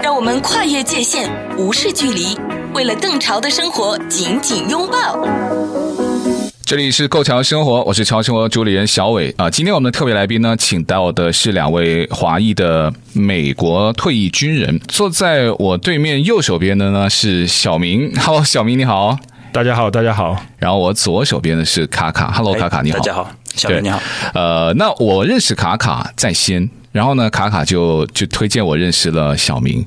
让我们跨越界限，无视距离，为了更潮的生活紧紧拥抱。这里是《购潮生活》，我是潮生活主理人小伟啊。今天我们的特别来宾呢，请到的是两位华裔的美国退役军人。坐在我对面右手边的呢是小明，Hello，小明你好。大家好，大家好。然后我左手边的是卡卡，Hello，卡哦卡你好。哎大家好，小对明你好。呃，那我认识卡卡在先，然后呢，卡卡就就推荐我认识了小明。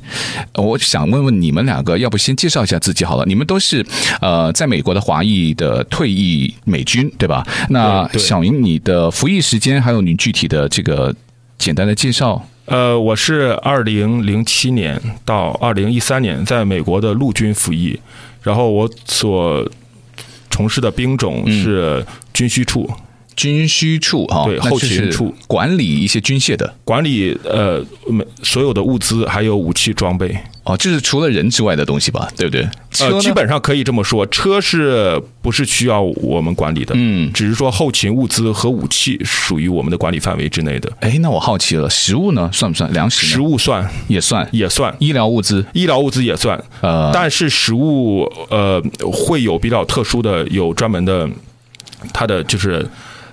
呃我想问问你们两个，要不先介绍一下自己好了？你们都是呃，在美国的华裔的退役美军，对吧？那对对小明，你的服役时间还有你具体的这个简单的介绍。呃，我是二零零七年到二零一三年在美国的陆军服役，然后我所从事的兵种嗯是军需处，军需处啊，对那后就勤是处管理一些军械的管理呃每所有的物资还有武器装备。哦，就是除了人之外的东西吧，对不对？车呃，呢基本上可以这么说，车是不是需要我们管理的？嗯只是说后勤物资和武器属于我们的管理范围之内的。哎，那我好奇了，食物呢算不算？粮食呢食物算也算，也算，医疗物资医疗物资也算，呃，但是食物呃会有比较特殊的，有专门的，它的就是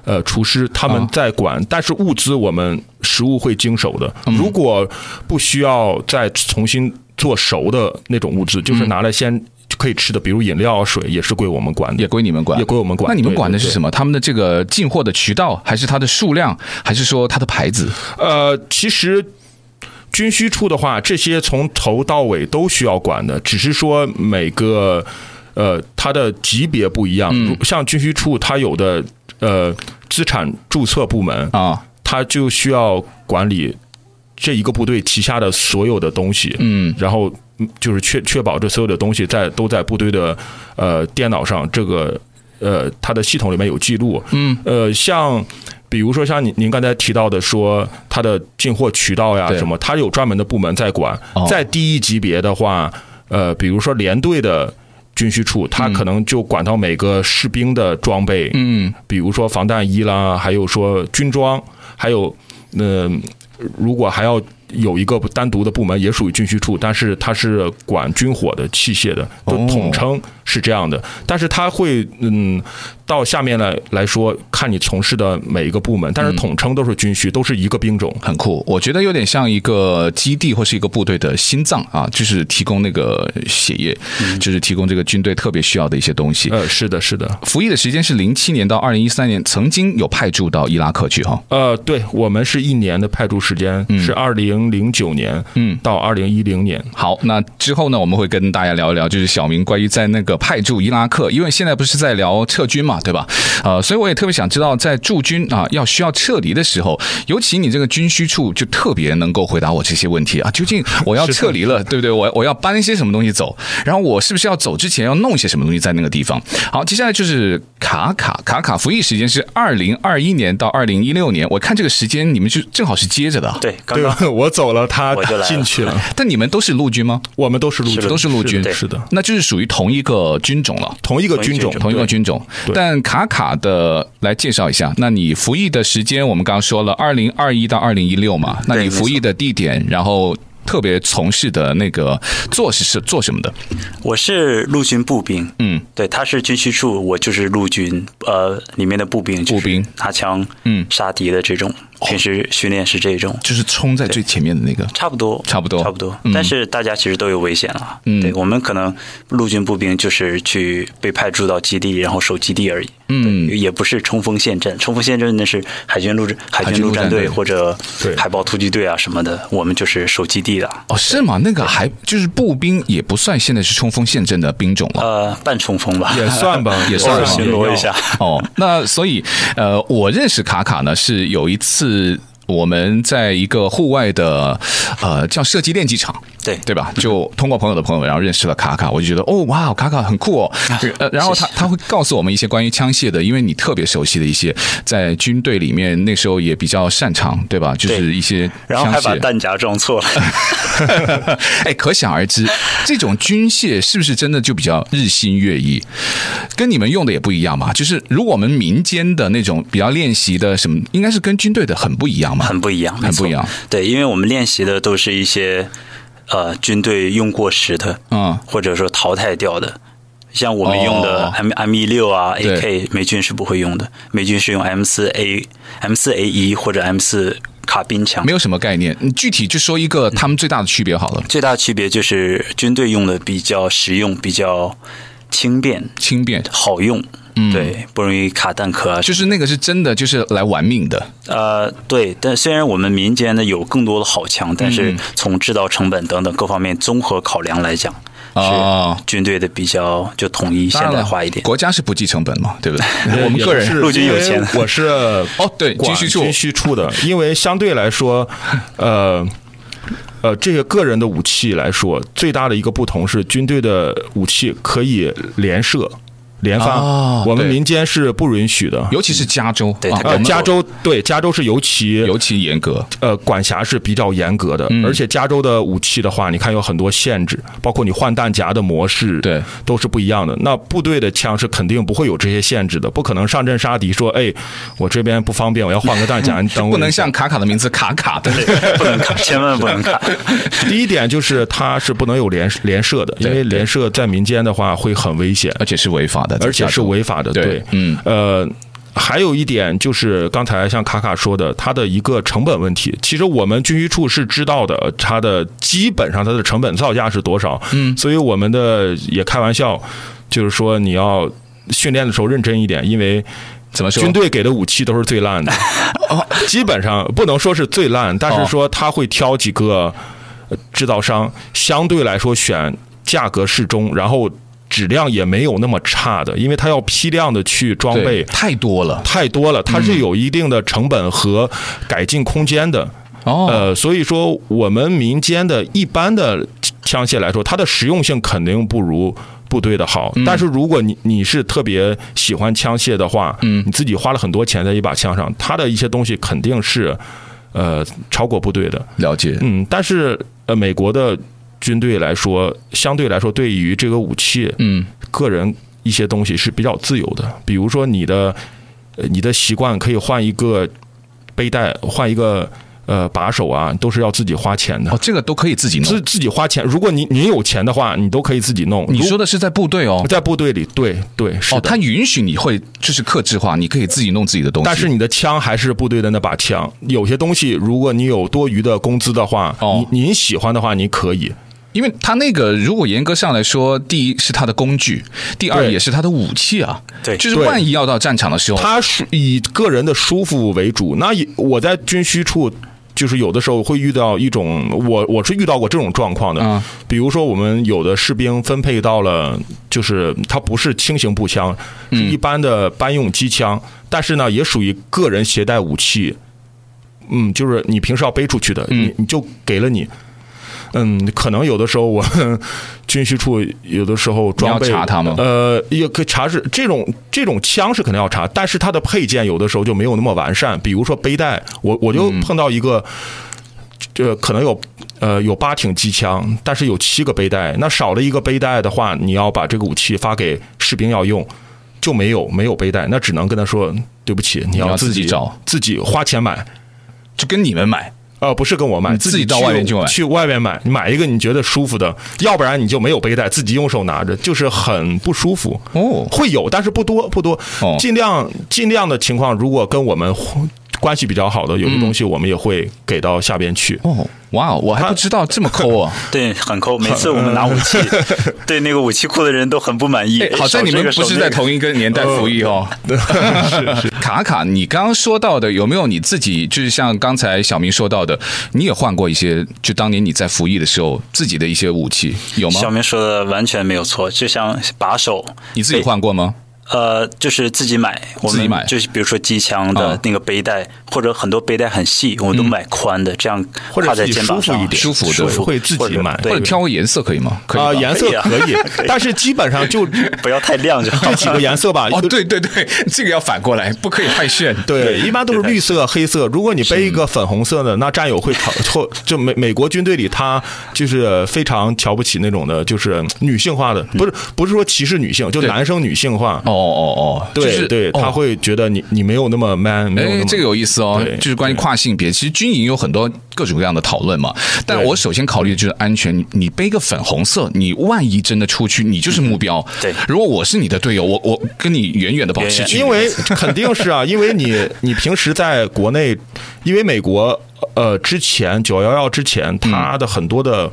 呃厨师他们啊在管，但是物资我们食物会经手的，如果不需要再重新做熟的那种物资，就是拿来先可以吃的，比如饮料、啊水也是归我们管的，也归你们管，也归我们管那你们对管的对是对什么？他们的这个进货的渠道，还是它的数量，还是说它的牌子？呃，其实军需处的话，这些从头到尾都需要管的，只是说每个呃它的级别不一样。如像军需处，它有的呃资产注册部门，啊，它就需要管理这一个部队旗下的所有的东西，嗯，然后。就是确确保这所有的东西在都在部队的呃电脑上，这个呃它的系统里面有记录，嗯，呃，像比如说像您您刚才提到的说它的进货渠道呀对什么，它有专门的部门在管哦。在第一级别的话，呃，比如说连队的。军需处，它可能就管到每个士兵的装备，嗯，比如说防弹衣啦，还有说军装，还有，嗯、如果还要有一个单独的部门，也属于军需处，但是它是管军火的器械的，就哦统称是这样的。但是它会，嗯，到下面来来说，看你从事的每一个部门，但是统称都是军需，都是一个兵种。很酷，我觉得有点像一个基地或是一个部队的心脏啊，就是提供那个血液，就是提供这个军队特别需要的一些东西。嗯呃，是的，是的，服役的时间是零七年到二零一三年，曾经有派驻到伊拉克去哈。呃，对我们是一年的派驻时间、是二零零九年，嗯，到二零一零年，好，那之后呢，我们会跟大家聊一聊，就是小明关于在那个派驻伊拉克，因为现在不是在聊撤军嘛，对吧？呃，所以我也特别想知道，在驻军啊要需要撤离的时候，尤其你这个军需处就特别能够回答我这些问题啊，究竟我要是撤离了，对不对？我我要搬一些什么东西走，然后我是不是要走之前要弄些什么东西在那个地方？好，接下来就是卡卡卡卡服役时间是二零二一年到二零一六年，我看这个时间你们就正好是接着的啊，对，刚对刚吧？ 我走了，他我就来了进去了，但你们都是陆军吗？我们都是陆军，都是陆军是的对是的，那就是属于同一个军种了。同一个军种，同一个军种，对但卡卡的来介绍一下，那你服役的时间我们刚刚说了，二零二一到二零一六嘛，那你没错服役的地点，然后特别从事的那个做是是做什么的？ 我是陆军步兵，嗯，对，他是军需处，我就是陆军呃里面的步兵，就是步兵拿枪嗯哦杀敌的这种，平时训练是这种。就是冲在最前面的那个，差不多，差不多差不多嗯。但是大家其实都有危险了。嗯对我们可能陆军步兵就是去被派驻到基地，然后守基地而已。嗯对，也不是冲锋陷阵。冲锋陷阵那是海军陆战海军军陆陆战战队队或者对海豹突击队啊什么的，我们就是守基地的。哦，是吗？那个还就是步兵也不算现在是冲锋陷阵的兵种了。，呃，半冲锋吧，也算 吧也偶算尔吧巡逻一下。哦，那所以呃，我认识卡卡呢，是有一次我们在一个户外的呃叫射击练习场 对对吧？就通过朋友的朋友，然后认识了卡卡，我就觉得哦哇，卡卡很酷哦。啊呃然后他谢谢他会告诉我们一些关于枪械的，因为你特别熟悉的一些，在军队里面那时候也比较擅长，对吧？就是对一些然后枪还把械。弹夹装错了。 哎，可想而知，这种军械是不是真的就比较日新月异？跟你们用的也不一样嘛。就是如果我们民间的那种比较练习的什么，应该是跟军队的很不一样嘛。很不一样，很不一样没错。对，因为我们练习的都是一些呃军队用过时的，嗯或者说淘汰掉的。像我们哦用的 M M 一六啊对，AK 美军是不会用的，美军是用 M 四 A M 四 A 一或者 M 四卡宾枪没。有什么概念，你具体就说一个他们最大的区别好了。最大区别就是军队用的比较实用，比较轻便，轻便，好用，对，不容易卡弹壳啊。嗯就是那个是真的，就是来玩命的。呃，对，但虽然我们民间呢有更多的好枪，但是从制造成本等等各方面综合考量来讲，哦是军队的比较就统一现当然代了化一点。国家是不计成本嘛，对不 对？我们也个不人是陆军有钱因为我是哦对管军需处军需处的，因为相对来说，呃。呃，这些个人的武器来说，最大的一个不同是，军队的武器可以连射、连发，哦我们对民间是不允许的。尤其是加州对啊它，我呃，们加州对加州是尤其尤其严格。呃管辖是比较严格的，嗯而且加州的武器的话，你看有很多限制，包括你换弹夹的模式，对，都是不一样的。那部队的枪是肯定不会有这些限制的，不可能上阵杀敌说，哎，我这边不方便，我要换个 弹夹，你等我一下。不能像卡卡的名字卡卡的，不能卡，千万不能卡。第一点就是它是不能有连连射的，因对为连射在民间的话会很危险， 而且是违法的，而且在加是州违法的，对对，嗯，呃。还有一点就是刚才像卡卡说的，它的一个成本问题。其实我们军需处是知道的，它的基本上它的成本造价是多少。嗯，所以我们的也开玩笑，就是说你要训练的时候认真一点，因为怎么说？军队给的武器都是最烂的，基本上不能说是最烂，但是说他会挑几个呃制造商，相对来说选价格适中，然后质量也没有那么差的，因为他要批量的去装对备。太多了太多了，它是有一定的成本和改进空间的。哦，呃，所以说我们民间的一般的枪械来说，它的实用性肯定不如部队的好。但是如果你你是特别喜欢枪械的话，嗯，你自己花了很多钱在一把枪上，它的一些东西肯定是呃超过部队的。了解。嗯，但是呃，美国的军队来说，相对来说对于这个武器，嗯，个人一些东西是比较自由的，比如说你的呃你的习惯可以换一个背带，换一个呃把手啊，都是要自己花钱的哦，，这个都可以自己自弄。自己花钱。如果你你有钱的话，你都可以自己弄。你说的的是在部队哦，在部队里，对对是哦，的。他允许你会就是克制化，你可以自己弄自己的东西。但是你的枪还是部队的那把枪，有些东西如果你有多余的工资的话，哦你你喜欢的话，你可以。因为他那个，如果严格上来说，第一是他的工具，第二对也是他的武器啊。对就是对万一要到战场的时候，他是以个人的舒服为主。那也我在军需处，就是有的时候会遇到一种，我我是遇到过这种状况的。嗯比如说，我们有的士兵分配到了，就是他不是轻型步枪，是一般的班用机枪，但是呢，也属于个人携带武器。嗯，就是你平时要背出去的，你你就给了你。嗯，可能有的时候我 们军需处有的时候装备你要查他吗呃，也可以查是这种这种枪是肯定要查，但是它的配件有的时候就没有那么完善，比如说背带，我我就嗯碰到一个。这可能有，呃，有八挺机枪，但是有七个背带。那少了一个背带的话，你要把这个武器发给士兵要用，就没有没有背带，那只能跟他说对不起，你要要自己己找自己花钱买。就跟你们买。呃，不是跟我买，你自己己到外面去买去外面买，买一个你觉得舒服的，要不然你就没有背带，自己用手拿着，就是很不舒服。哦会有，但是不多不多哦，尽量尽量的情况，如果跟我们关系比较好的，有些东嗯西我们也会给到下边去。哦，哇，我还不知道这么抠啊！对，很抠。每次我们拿武器，对那个武器库的人都很不满意哎，。好在手你们这个不手是那在个同一个年代服役哦。是 呃是。卡卡，你刚刚说到的有没有你自己？就是像刚才小明说到的，你也换过一些，就当年你在服役的时候自己的一些武器有吗小？明说的完全没有错，就像把手，你自己对换过吗？呃，就是自己买，我自己买们就是比如说机枪啊嗯的那个背带，或者很多背带很细，我们都买宽的，这样或者挎在自己肩膀舒服上一点，舒服的对会自或己者买或者挑个颜色可以吗？可以啊，吧颜色可 以，但是基本上就不要太亮就好这。几个颜色吧。哦，对对对，这个要反过来，不可以太炫。对，一般都是绿色、黑色。如果你背一个粉红色的，那战友会嘲错。就美美国军队里，他就是非常瞧不起那种的，就是女性化的，不是不是说歧视女性，嗯就对男生女性化。哦哦哦，就对是对，哦他会觉得你你没有那么 man，没有那哎么，这个有意思哦对，就是关于跨性别，其实军营有很多各种各样的讨论嘛。但对我首先考虑的就是安全，你你背个粉红色，你万一真的出去，你就是目标。嗯对如果我是你的队友，我我跟你远远的保持远远距离，因为 肯定是啊，因为你你平时在国内，因为美国呃之前九幺幺之前，它的很多的。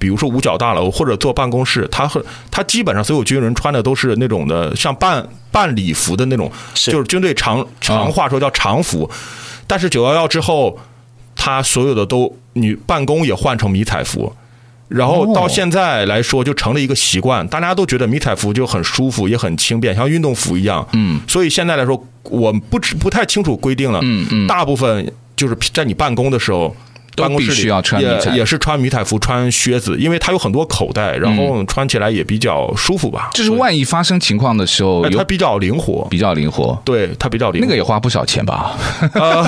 比如说五角大楼或者坐办公室，它和它基本上所有军人穿的都是那种的像半半礼服的那种，是就是嗯军队常常话说叫常服。但是九幺幺之后，他所有的都你办公也换成迷彩服，然哦后到现在来说就成了一个习惯，大家都觉得迷彩服就很舒服，也很轻便，像运动服一样。嗯，所以现在来说，我不知不太清楚规定了。嗯嗯，大部分就是在你办公的时候。都办公室必须里要穿迷彩也也是穿迷彩服、穿靴子，因为它有很多口袋，然后嗯穿起来也比较舒服吧。就是万一发生情况的时候哎它有比较灵活，比较灵活，对它比较灵活。那个也花不少钱吧？呃，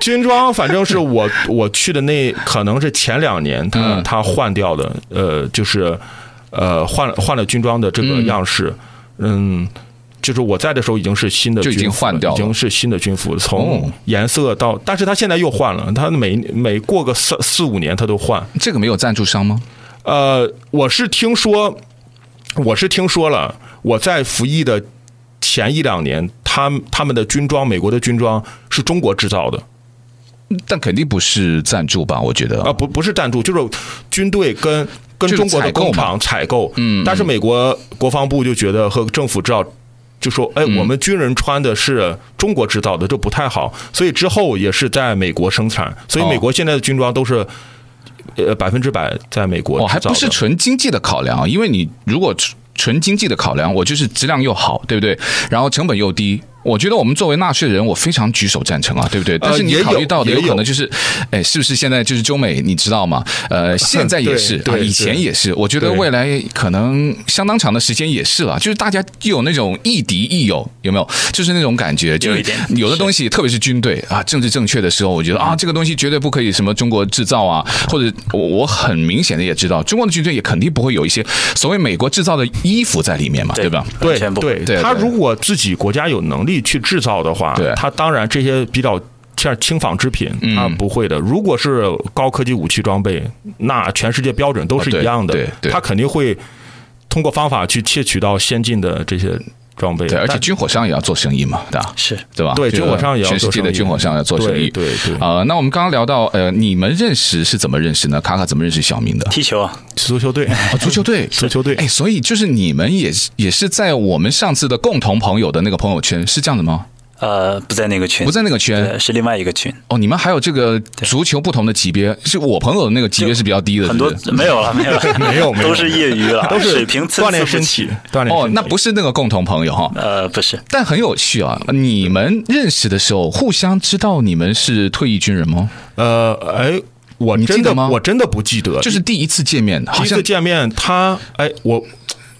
军装反正 是我我去的那可能是前两年他嗯他换掉的，呃，就是呃换了换了军装的这个样式，嗯。就是我在的时候已经是新的就军已服了，经换掉了已经是新的军服，哦从颜色到，但是他现在又换了，他每每过个三四五年他都换。这个没有赞助商吗？呃，我是听说，我是听说了，我在服役的前一两年，他们他们的军装，美国的军装是中国制造的，嗯但肯定不是赞助吧？我觉啊，得。不不是赞助，就是军队跟跟就是中国采的购嘛工厂采购。嗯，但是美国国防部就觉得和政府知道。就说，哎，嗯我们军人穿的是中国制造的，这不太好，所以之后也是在美国生产，所以哦美国现在的军装都是，呃，百分之百在美国哦，还制造不是的纯经济的考量啊，因为你如果纯纯经济的考量，我就是质量又好，对不对？然后成本又低。我觉得我们作为纳税人，我非常举手赞成啊，对不对？但是你呃也考虑有到的也有可有能就是，哎，是不是现在就是中美，你知道吗？ 呃，现在也对是，啊，对以前对也是，我觉得对未来可能相当长的时间也是了，就是大家又有那种亦敌亦友，有没有？就是那种感觉，就是一点有的是东西，特别是军队啊，政治正确的时候，我觉得嗯啊，这个东西绝对不可以什么中国制造啊，或者我我很明显的也知道，中国的军队也肯定不会有一些所谓美国制造的衣服在里面嘛，对吧？对完全不对对他对如果自己国家有能力去制造的话对，嗯他当然这些比较。像轻纺织品，他不会的。如果是高科技武器装备，那全世界标准都是啊对一样的对对，他肯定会通过方法去窃取到先进的这些装备。对，而且但军火商也要做生意嘛，对吧？是对吧？对这个军火商也要全世做界的生意军火商要做生意。对对对啊、那我们刚刚聊到，呃，你们认识是怎么认识呢？卡卡怎么认识小明的？踢球啊，足球 队，哦，足球队，嗯足球队哎，所以就是你们也是也是在我们上次的共同朋友的那个朋友圈，是这样的吗？呃，不在那个哎群，不在那个圈，呃，是另外一个群，哦，你们还有这个足球不同的级别，是我朋友的那个级别是比较低的，很是不多是没有了，没有了， 没有没有都是业余了， 都是水平参锻炼差身不体齐。，锻炼哦身，体那不是那个共同朋友哈，呃，不是，但很有趣啊！你们认识的时候，互相知道你们是退役军人吗？呃，哎，我你记真得的吗我真的不记得，就是第一次见面，第好一像次见面，他哎，我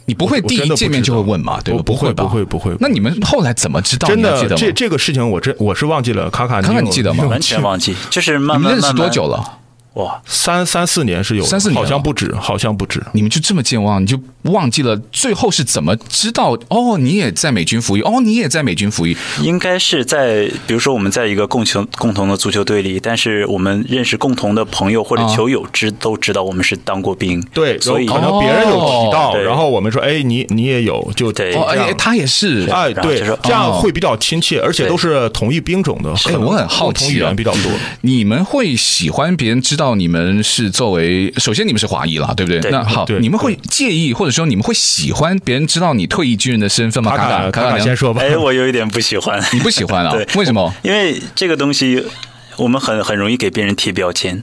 你不会我第真的一不见面知就道会问嘛，对吧？我不会会吧？不会不会那你们后来怎么知道？真你还记的得这吗？这个事情，我真我是忘记了。卡卡，卡卡有你记得吗有完全忘记，就是慢你们慢认识慢慢多久？了？哇，三三四年是有的，三四年好像了不止，好像不止。你们就这么健忘，你就忘记了最后是怎么知道？哦，你也在美军服役，哦，你也在美军服役，应该是在，比如说我们在一个共球共同的足球队里，但是我们认识共同的朋友或者啊球友知、都知道我们是当过兵，对，所以然后可能别人有提到，哦然后我们说，哎，你你也有，就对哦，这哎，样哎他也是，哎，然后对就说，这样哦会比较亲切，而且对都是同一兵种的，可哎，能我很好共同语奇啊，言比较多。你们会喜欢别人知道你们是作为，首先你们是华裔啦，对不对？对那好，对你们会介意或者说你们会喜欢别人知道你退役军人的身份吗？卡卡卡卡卡卡卡先，说吧，哎，我有一点不喜欢，你不喜欢啊对？为什么？因为这个东西我们很很容易给别人贴标签。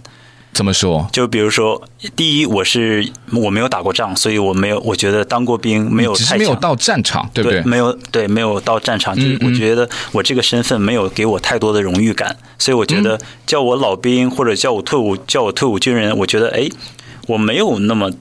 怎么说？就比如说，第一，我是我没有打过仗，所以我没有，我觉得当过兵没有只是太没有强。到战场，对不对？嗯没有对，没有到战场，就是我觉得我这个身份没有给我太多的荣誉感，所以我觉得嗯叫我老兵或者叫我退伍，叫我退伍军人，我觉得哎，我没有那么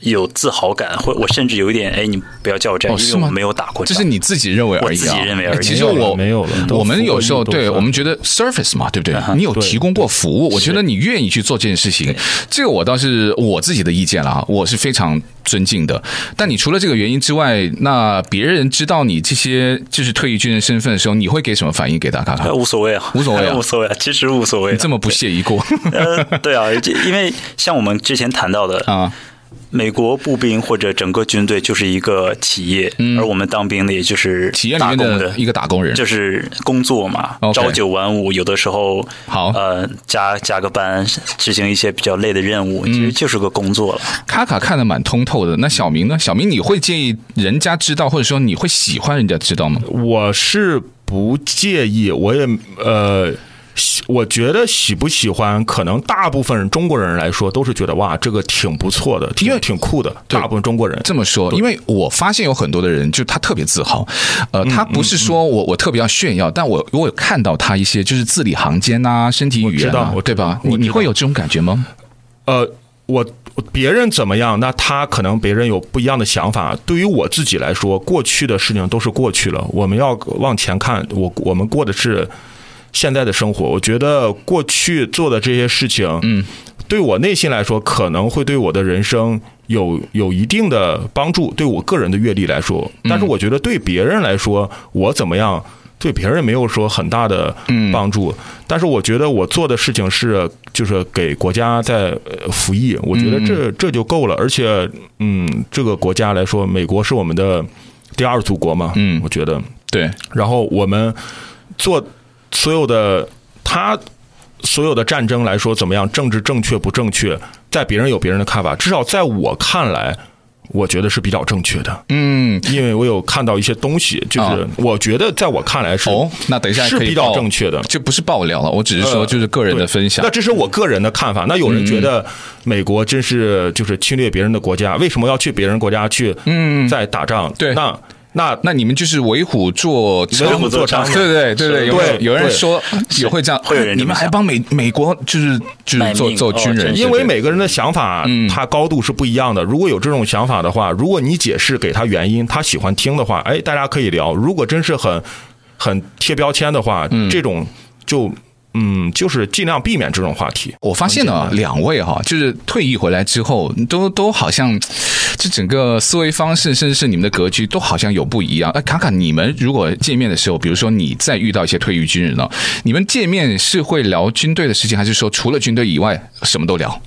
有自豪感，或我甚至有一点哎，你不要叫我这样，哦因是为吗我没有打过这仗，是你自己认为而已、啊，我自己认为而已哎其实我没有了没有了都我们服务有时候运动对算我们觉得 service 嘛，对啊不对？你有提供过服务，我觉得你愿意去做这件事情，这个我倒是我自己的意见了啊，我是非常尊敬的。但你除了这个原因之外，那别人知道你这些就是退役军人身份的时候，你会给什么反应给大家看哎？无所谓啊，无所谓啊 无所谓啊，其实无所谓啊、你这么不屑一顾呃， 对啊，这因为像我们之前谈到的， 啊？美国步兵或者整个军队就是一个企业，而我们当兵的也就是嗯企业里打面工的一个打工人，就是工作嘛 OK 朝九晚五，有的时候好呃加加个班，执行一些比较累的任嗯务，其实就是个工作了。卡卡看得蛮通透的。那小明呢？小明，你会介意人家知道，或者说你会喜欢人家知道吗？我是不介意，我也呃。喜我觉得喜不喜欢，可能大部分中国人来说都是觉得哇，这个挺不错的，挺挺酷的。对大部分中国人这么说，因为我发现有很多的人，就他特别自豪，嗯呃，他不是说我我特别要炫耀，但我我有看到他一些就是字里行间呐、身体语言、我知道啊，我对知道吧？我你知道你会有这种感觉吗？呃，我我别人怎么样，那他可能别人有不一样的想法。对于我自己来说，过去的事情都是过去了，我们要往前看。我我们过的是现在的生活。我觉得过去做的这些事情，嗯，对我内心来说，可能会对我的人生。有有一定的帮助，对我个人的阅历来说，但是我觉得对别人来说，我怎么样，对别人没有说很大的帮助。但是我觉得我做的事情是，就是给国家在呃服役，我觉得这这就够了。而且，嗯，这个国家来说，美国是我们的第二祖国嘛，嗯我觉得。对，然后我们做所有的他所有的战争来说怎么样，政治正确不正确，在别人有别人的看法，至少在我看来，我觉得是比较正确的，嗯，因为我有看到一些东西，就啊是我觉得在我看来是哦，那等一下是可以比较报正确的。就不是爆料了，我只是说呃就是个人的对分享嗯那。这是我个人的看法。那有人觉得美国真是就是侵略别人的国家，为什么要去别人国家去嗯在打仗？对那那那你们就是为虎作为伥虎作伥对对对对，是有没有对有人对说也会这样，会有人这么你们还想帮美美国就是就是卖做命做哦军真人，是因对为每个人的想法，嗯他高度是不一样的。如果有这种想法的话，如果你解释给他原因，他喜欢听的话，哎，大家可以聊。如果真是很很贴标签的话，嗯这种就嗯，就是尽量避免这种话题。我发现呢，两位哈，就是退役回来之后，都都好像这整个思维方式，甚至是你们的格局，都好像有不一样。哎，卡卡，你们如果见面的时候，比如说你再遇到一些退役军人了，你们见面是会聊军队的事情，还是说除了军队以外什么都聊？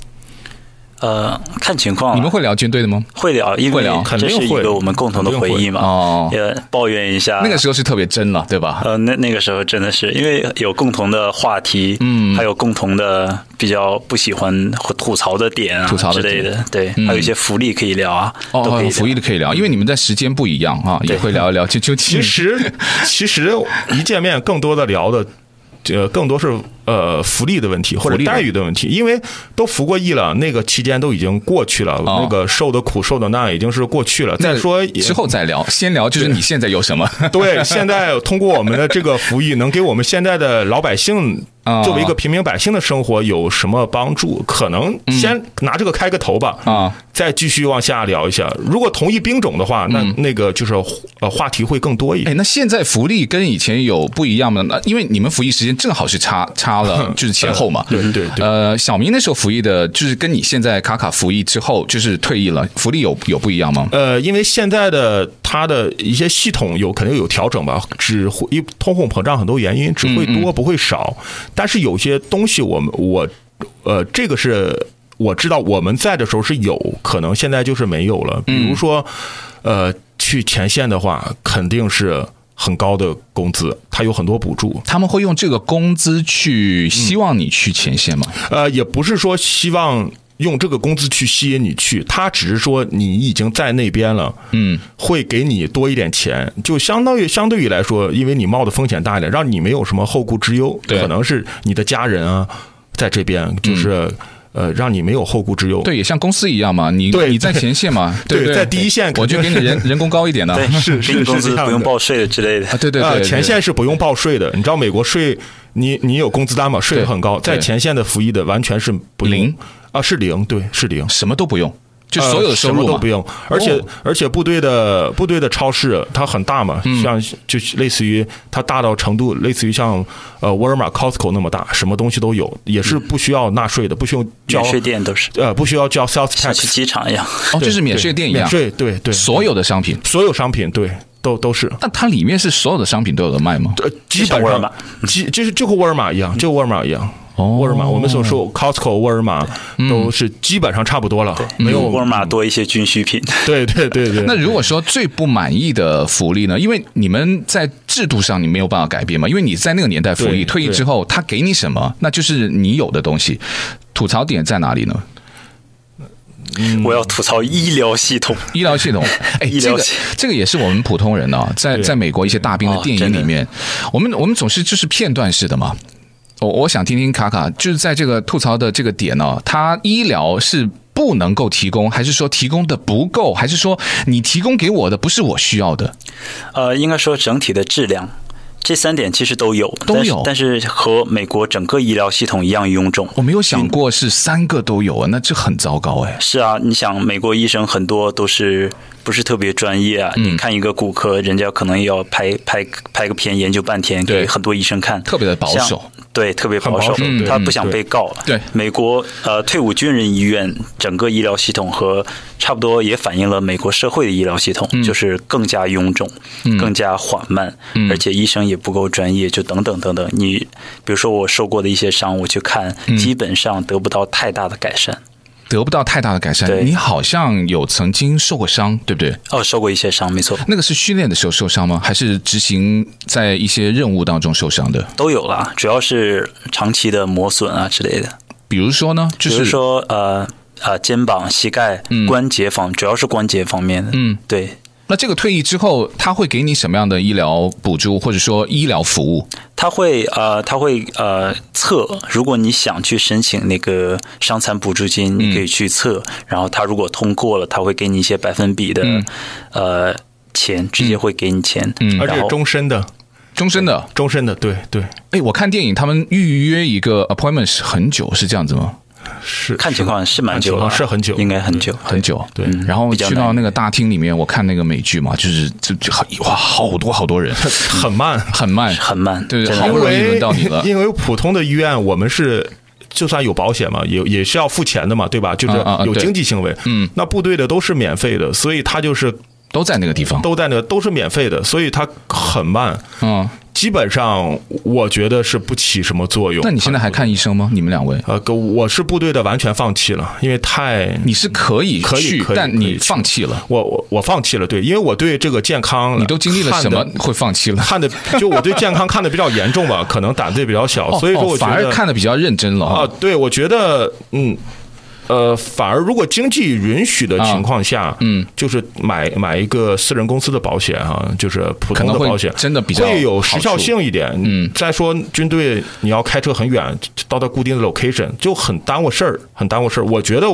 呃，看情况啊，你们会聊军队的吗？会聊，因会为聊肯这定是一会个我们共同的肯回定忆嘛。哦也抱怨一下那个时候是特别真了，对吧？呃，那那个时候真的是因为有共同的话题，嗯，还有共同的比较不喜欢或吐槽的点啊，吐槽的之类点嗯的，对，还有一些福利可以聊啊，哦都可以哦，聊。服役的可以聊，因为你们在时间不一样啊，也会聊一聊。就就其实其实一见面，更多的聊的。呃，更多是呃福利的问题福或利者的待遇的问题，因为都服过役了，那个期间都已经过去了，哦那个受的苦受的难已经是过去了。那再说也之后再聊，先聊就是你现在有什么？ 对，现在通过我们的这个服役，能给我们现在的老百姓啊，作为一个平民百姓的生活有什么帮助？可能先拿这个开个头吧，啊，再继续往下聊一下。如果同一兵种的话，那那个就是呃话题会更多一嗯哎，点。那现在福利跟以前有不一样吗？那因为你们服役时间正好是差差 了，就是前后嘛。对对对，呃，小明那时候服役的，就是跟你现在卡卡服役之后就是退役了，福利有有不一样吗？呃，因为现在的它的一些系统有肯定有调整吧，只会因为通货膨胀很多原因，只会多不会少。但是有些东西我们我呃，这个是我知道我们在的时候是有可能，现在就是没有了。比如说，呃，去前线的话，肯定是很高的工资，它有很多补助。他们会用这个工资去希望你去前线吗？呃，也不是说希望用这个工资去吸引你去，他只是说你已经在那边了，嗯，会给你多一点钱，就相当于相对于来说，因为你冒的风险大一点，让你没有什么后顾之忧，对可能是你的家人啊在这边就是。呃，让你没有后顾之忧。嗯对，也像公司一样嘛，你对你在前线嘛， 对不对在第一线我肯就定给你 人人工高一点的， 对，啊，是给你是工是资这样不用的报税之类的。对对呃，对，前线是不用报税的，你知道美国税，你你有工资单吗？税对很高，在对前线的服役的完全是不用零啊，是零，对，是零对。什么都不用，就呃所有的收入什么嘛哦都不用，而且、而且部队的部队的超市它很大嘛，嗯像就类似于它大到程度，类似于像呃沃尔玛、Costco 那么大，什么东西都有，也是不需要纳税的，不需要交免税店都是呃不需要交 sales 像去 tax，机场一样，哦，就是免对税店一样免，税对对，所有的商品，所有商品对都都是。那它里面是所有的商品都有的卖吗？呃，基像本沃尔上玛，基就是就和沃尔玛一样，就沃尔玛一样。哦嗯沃尔玛，我们所说 Costco、沃尔玛都是基本上差不多了，没有沃尔玛多一些军需品。对对对对。那如果说最不满意的福利呢？因为你们在制度上你没有办法改变嘛，因为你在那个年代服役，对退役之后他给你什么，那就是你有的东西。吐槽点在哪里呢？嗯我要吐槽医疗系统，医疗 系统，哎，医这疗个系这个也是我们普通人啊，在对在美国一些大兵的哦电影真里的面，我们我们总是就是片段式的嘛。我我想听听卡卡，就是在这个吐槽的这个点呢、哦他医疗是不能够提供，还是说提供的不够，还是说你提供给我的不是我需要的？呃，应该说整体的质量。这三点其实都有，都但是有但是和美国整个医疗系统一样臃肿。我没有想过是三个都有啊，那这很糟糕哎。是啊，你想，美国医生很多都是不是特别专业啊？嗯你看一个骨科，人家可能也要拍拍拍个片，研究半天，对给很多医生看，特别的保守像，对，特别很保保守守嗯，他嗯不想对被告。对美国呃退伍军人医院整个医疗系统和差不多也反映了美国社会的医疗系嗯统，就是更加臃肿，更加缓慢，嗯而且医生也不够专业，就等等等等。你比如说我受过的一些伤，我去看，嗯基本上得不到太大的改善。得不到太大的改善。对你好像有曾经受过伤，对不对？哦，受过一些伤，没错。那个是训练的时候受伤吗？还是执行在一些任务当中受伤的？都有啦，主要是长期的磨损啊之类的，比如说呢，就比如是说呃呃肩膀、膝盖、关节方，主要是关节方面的。嗯，对，那这个退役之后，他会给你什么样的医疗补助，或者说医疗服务？他会呃他会呃测，如果你想去申请那个伤残补助嗯金，你可以去测，然后他如果通过了，他会给你一些百分比的、嗯呃钱，直接会给你钱。嗯而且然后终身的，终身的？终身的，对对哎，我看电影他们预约一个 appointment 是很久，是这样子吗？是。看情况是蛮看情久了，况是很久应该很久。很久，对然后比较去到难那个大厅里面，我看那个美剧嘛，就是就就好哇，好多好多人，很慢，很慢， 很慢对，真的好因不容易轮为。到你了因为普通的医院我们是。就算有保险嘛，也也是要付钱的嘛，对吧？就是啊啊啊有对经济行为。嗯，那部队的都是免费的，所以他就是都在那个地方。都在那都是免费的，所以他很慢。嗯，基本上我觉得是不起什么作用。那你现在还看医生吗？你们两位，呃，我是部队的，完全放弃了，因为太你是可以可以去可，以但可以你去放弃了。我我我放弃了，对，因为我对这个健康你都经历了看什得么会放弃了？看的就我对健康看的比较严重吧，可能胆子也比较小， 所以说哦我觉反而得看的比较认真了啊啊。，对，我觉得嗯。呃，反而如果经济允许的情况下，啊嗯，就是买买一个私人公司的保险哈、啊就是普通可能的会保险，真的比较会有时好效处性一点。嗯，再说军队你要开车很远，到达固定的 location 就很耽误事儿，很耽误事儿。我觉得，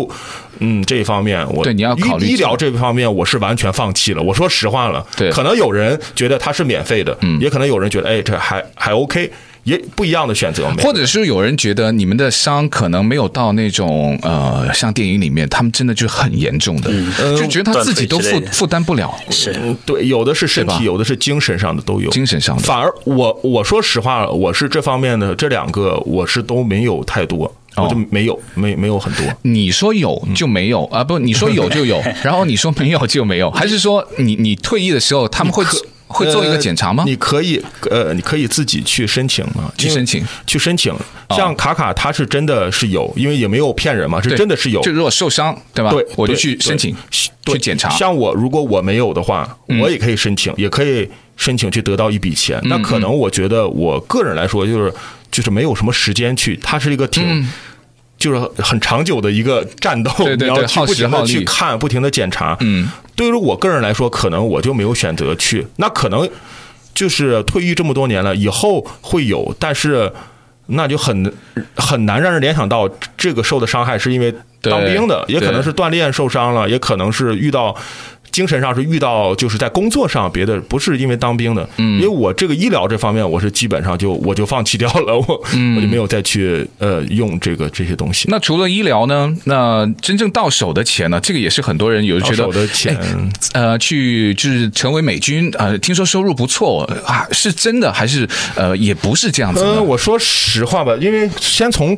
嗯，这一方面我对你要医考虑医这个疗这方面，我是完全放弃了。我说实话了，对可能有人觉得它是免费的，嗯，也可能有人觉得哎这还还 OK，也不一样的选择。或者是有人觉得你们的伤可能没有到那种呃，像电影里面他们真的就很严重的，就觉得他自己都断负腿之类的负担不了，是嗯， 对，有的是身对吧体，有的是精神上的都有。精神上的。反而我我说实话了，我是这方面的这两个我是都没有太多，我哦就没有没没有很多。你说有嗯就没有啊？不，你说有就 有，然后你说没有就没有，还是说你你退役的时候他们会做会做一个呃检查吗？你可以呃，你可以自己去申请啊，去申请哦因为去申请。像卡卡他是真的是有，因为也没有骗人嘛，是对真的是有就。如果受伤，对吧？对，我就对去对申请，对去检查。嗯像我，如果我没有的话，我也可以申请，也可以申请去得到一笔钱。那可能我觉得，我个人来说，就是就是没有什么时间去，它是一个挺。就是很长久的一个战斗，嗯对对你对要去耗时不停耗的力去看，不停的检查。嗯，对于我个人来说，可能我就没有选择去。那可能就是退役这么多年了，以后会有，但是那就很很难让人联想到这个受的伤害是因为当兵的，对也可能是锻炼受伤了，也可能是遇到精神上是遇到就是在工作上别的，不是因为当兵的。嗯，因为我这个医疗这方面，我是基本上就我就放弃掉了，我、我就没有再去呃用这个这些东西。那除了医疗呢？那真正到手的钱呢？这个也是很多人有人觉得到手的钱哎呃，去就是成为美军，呃，听说收入不错啊，是真的还是呃，也不是这样子呃，呢？我说实话吧，因为先从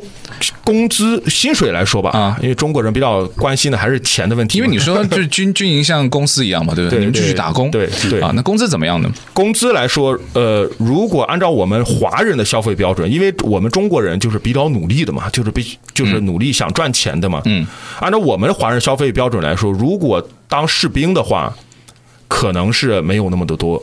工资薪水来说吧，啊因为中国人比较关心的还是钱的问题因嘛。为你说就是军军营像公司一样嘛，对不对你们就去对打工，对对啊，那工资怎么样呢？工资来说，呃，如果按照我们华人的消费标准，因为我们中国人就是比较努力的嘛，就是必就是努力想赚钱的嘛。嗯，按照我们华人消费标准来说，如果当士兵的话，可能是没有那么的多。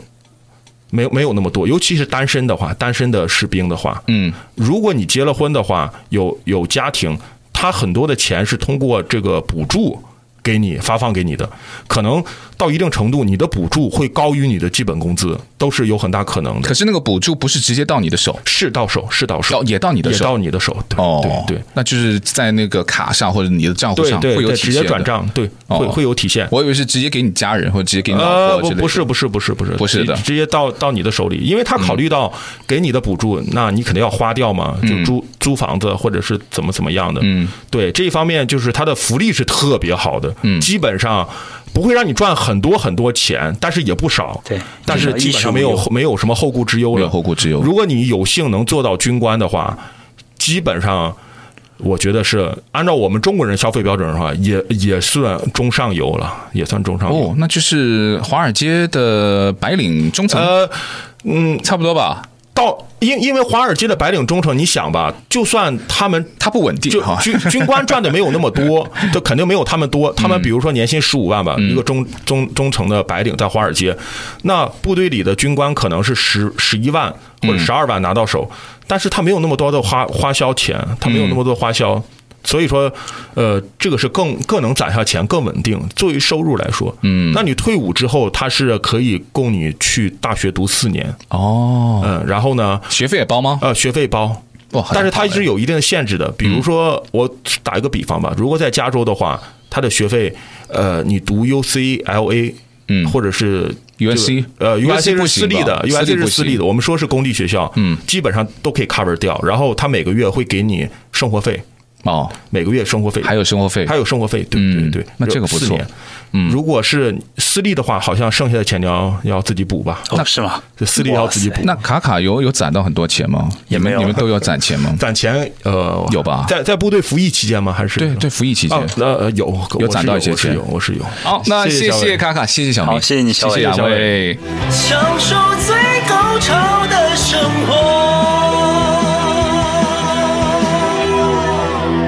没有没有那么多，尤其是单身的话，单身的士兵的话，嗯，如果你结了婚的话，有有家庭，他很多的钱是通过这个补助给你发放给你的，可能到一定程度，你的补助会高于你的基本工资，都是有很大可能的。可是那个补助不是直接到你的手，是到手，是到手到，也到你的也手，到你的手，对哦，对对，那就是在那个卡上或者你的账户对上对会有对，体直现接的转。账，对，会哦会有体现。我以为是直接给你家人或者直接给你老呃，不婆之类的，不是不是不是不是不是的直直接到到你的手里，因为他考虑到给你的补助，那你肯定要花掉嘛，嗯就租租房子或者是怎么怎么样的，嗯，对这一方面就是他的福利是特别好的，嗯，基本上不会让你赚很多很多钱，但是也不少，对但是基本上没有衣食无忧没有什么后顾之忧没了有，后顾之忧。如果你有幸能做到军官的话，基本上我觉得是按照我们中国人消费标准的话，也也算中上游了，也算中上游。哦，那就是华尔街的白领中层，呃，嗯，差不多吧？到因因为华尔街的白领中层，你想吧，就算他们它不稳定就哈。军 军官赚的没有那么 多，这肯定没有他们多。嗯他们比如说年薪十五万吧，一个中中中层的白领在华尔街，那部队里的军官可能是十十一万或嗯者十二万拿到手，但是他没有那么多的花花销钱，他没有那么多花销。嗯所以说，呃，这个是更更能攒下钱，更稳定。作为收入来说，嗯，那你退伍之后，它是可以供你去大学读四年，哦，嗯，然后呢，学费也包吗？呃，学费包，哇，但是它直是有一定的限制的。比嗯如说，我打一个比方吧，如果在加州的话，它的学费，呃，你读 UCLA，嗯或者是 USC 呃 USC ，USC 不行是私立的吧私立，USC 不是私立的，行我们说是公立学校，嗯，基本上都可以 cover 掉。然后他每个月会给你生活费，哦，每个月生活费，还有生活费，还有生活费，对嗯对对，那这个不错嗯四年。如果是私立的话，好像剩下的钱你要要自己补吧，哦，是吗？这私立要自己补哇塞那卡卡有有攒到很多钱吗？也你们没有你们都有攒钱吗？攒钱呃有吧在在部队服役期间吗？还是 对对，服役期间哦，。那呃有我有是攒到一些我是钱有我是有。好，那谢小谢伟卡卡，谢谢小明，好谢谢你小伟谢谢谢两谢小伟位。享受最高潮的生活。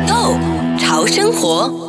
Go 潮生活。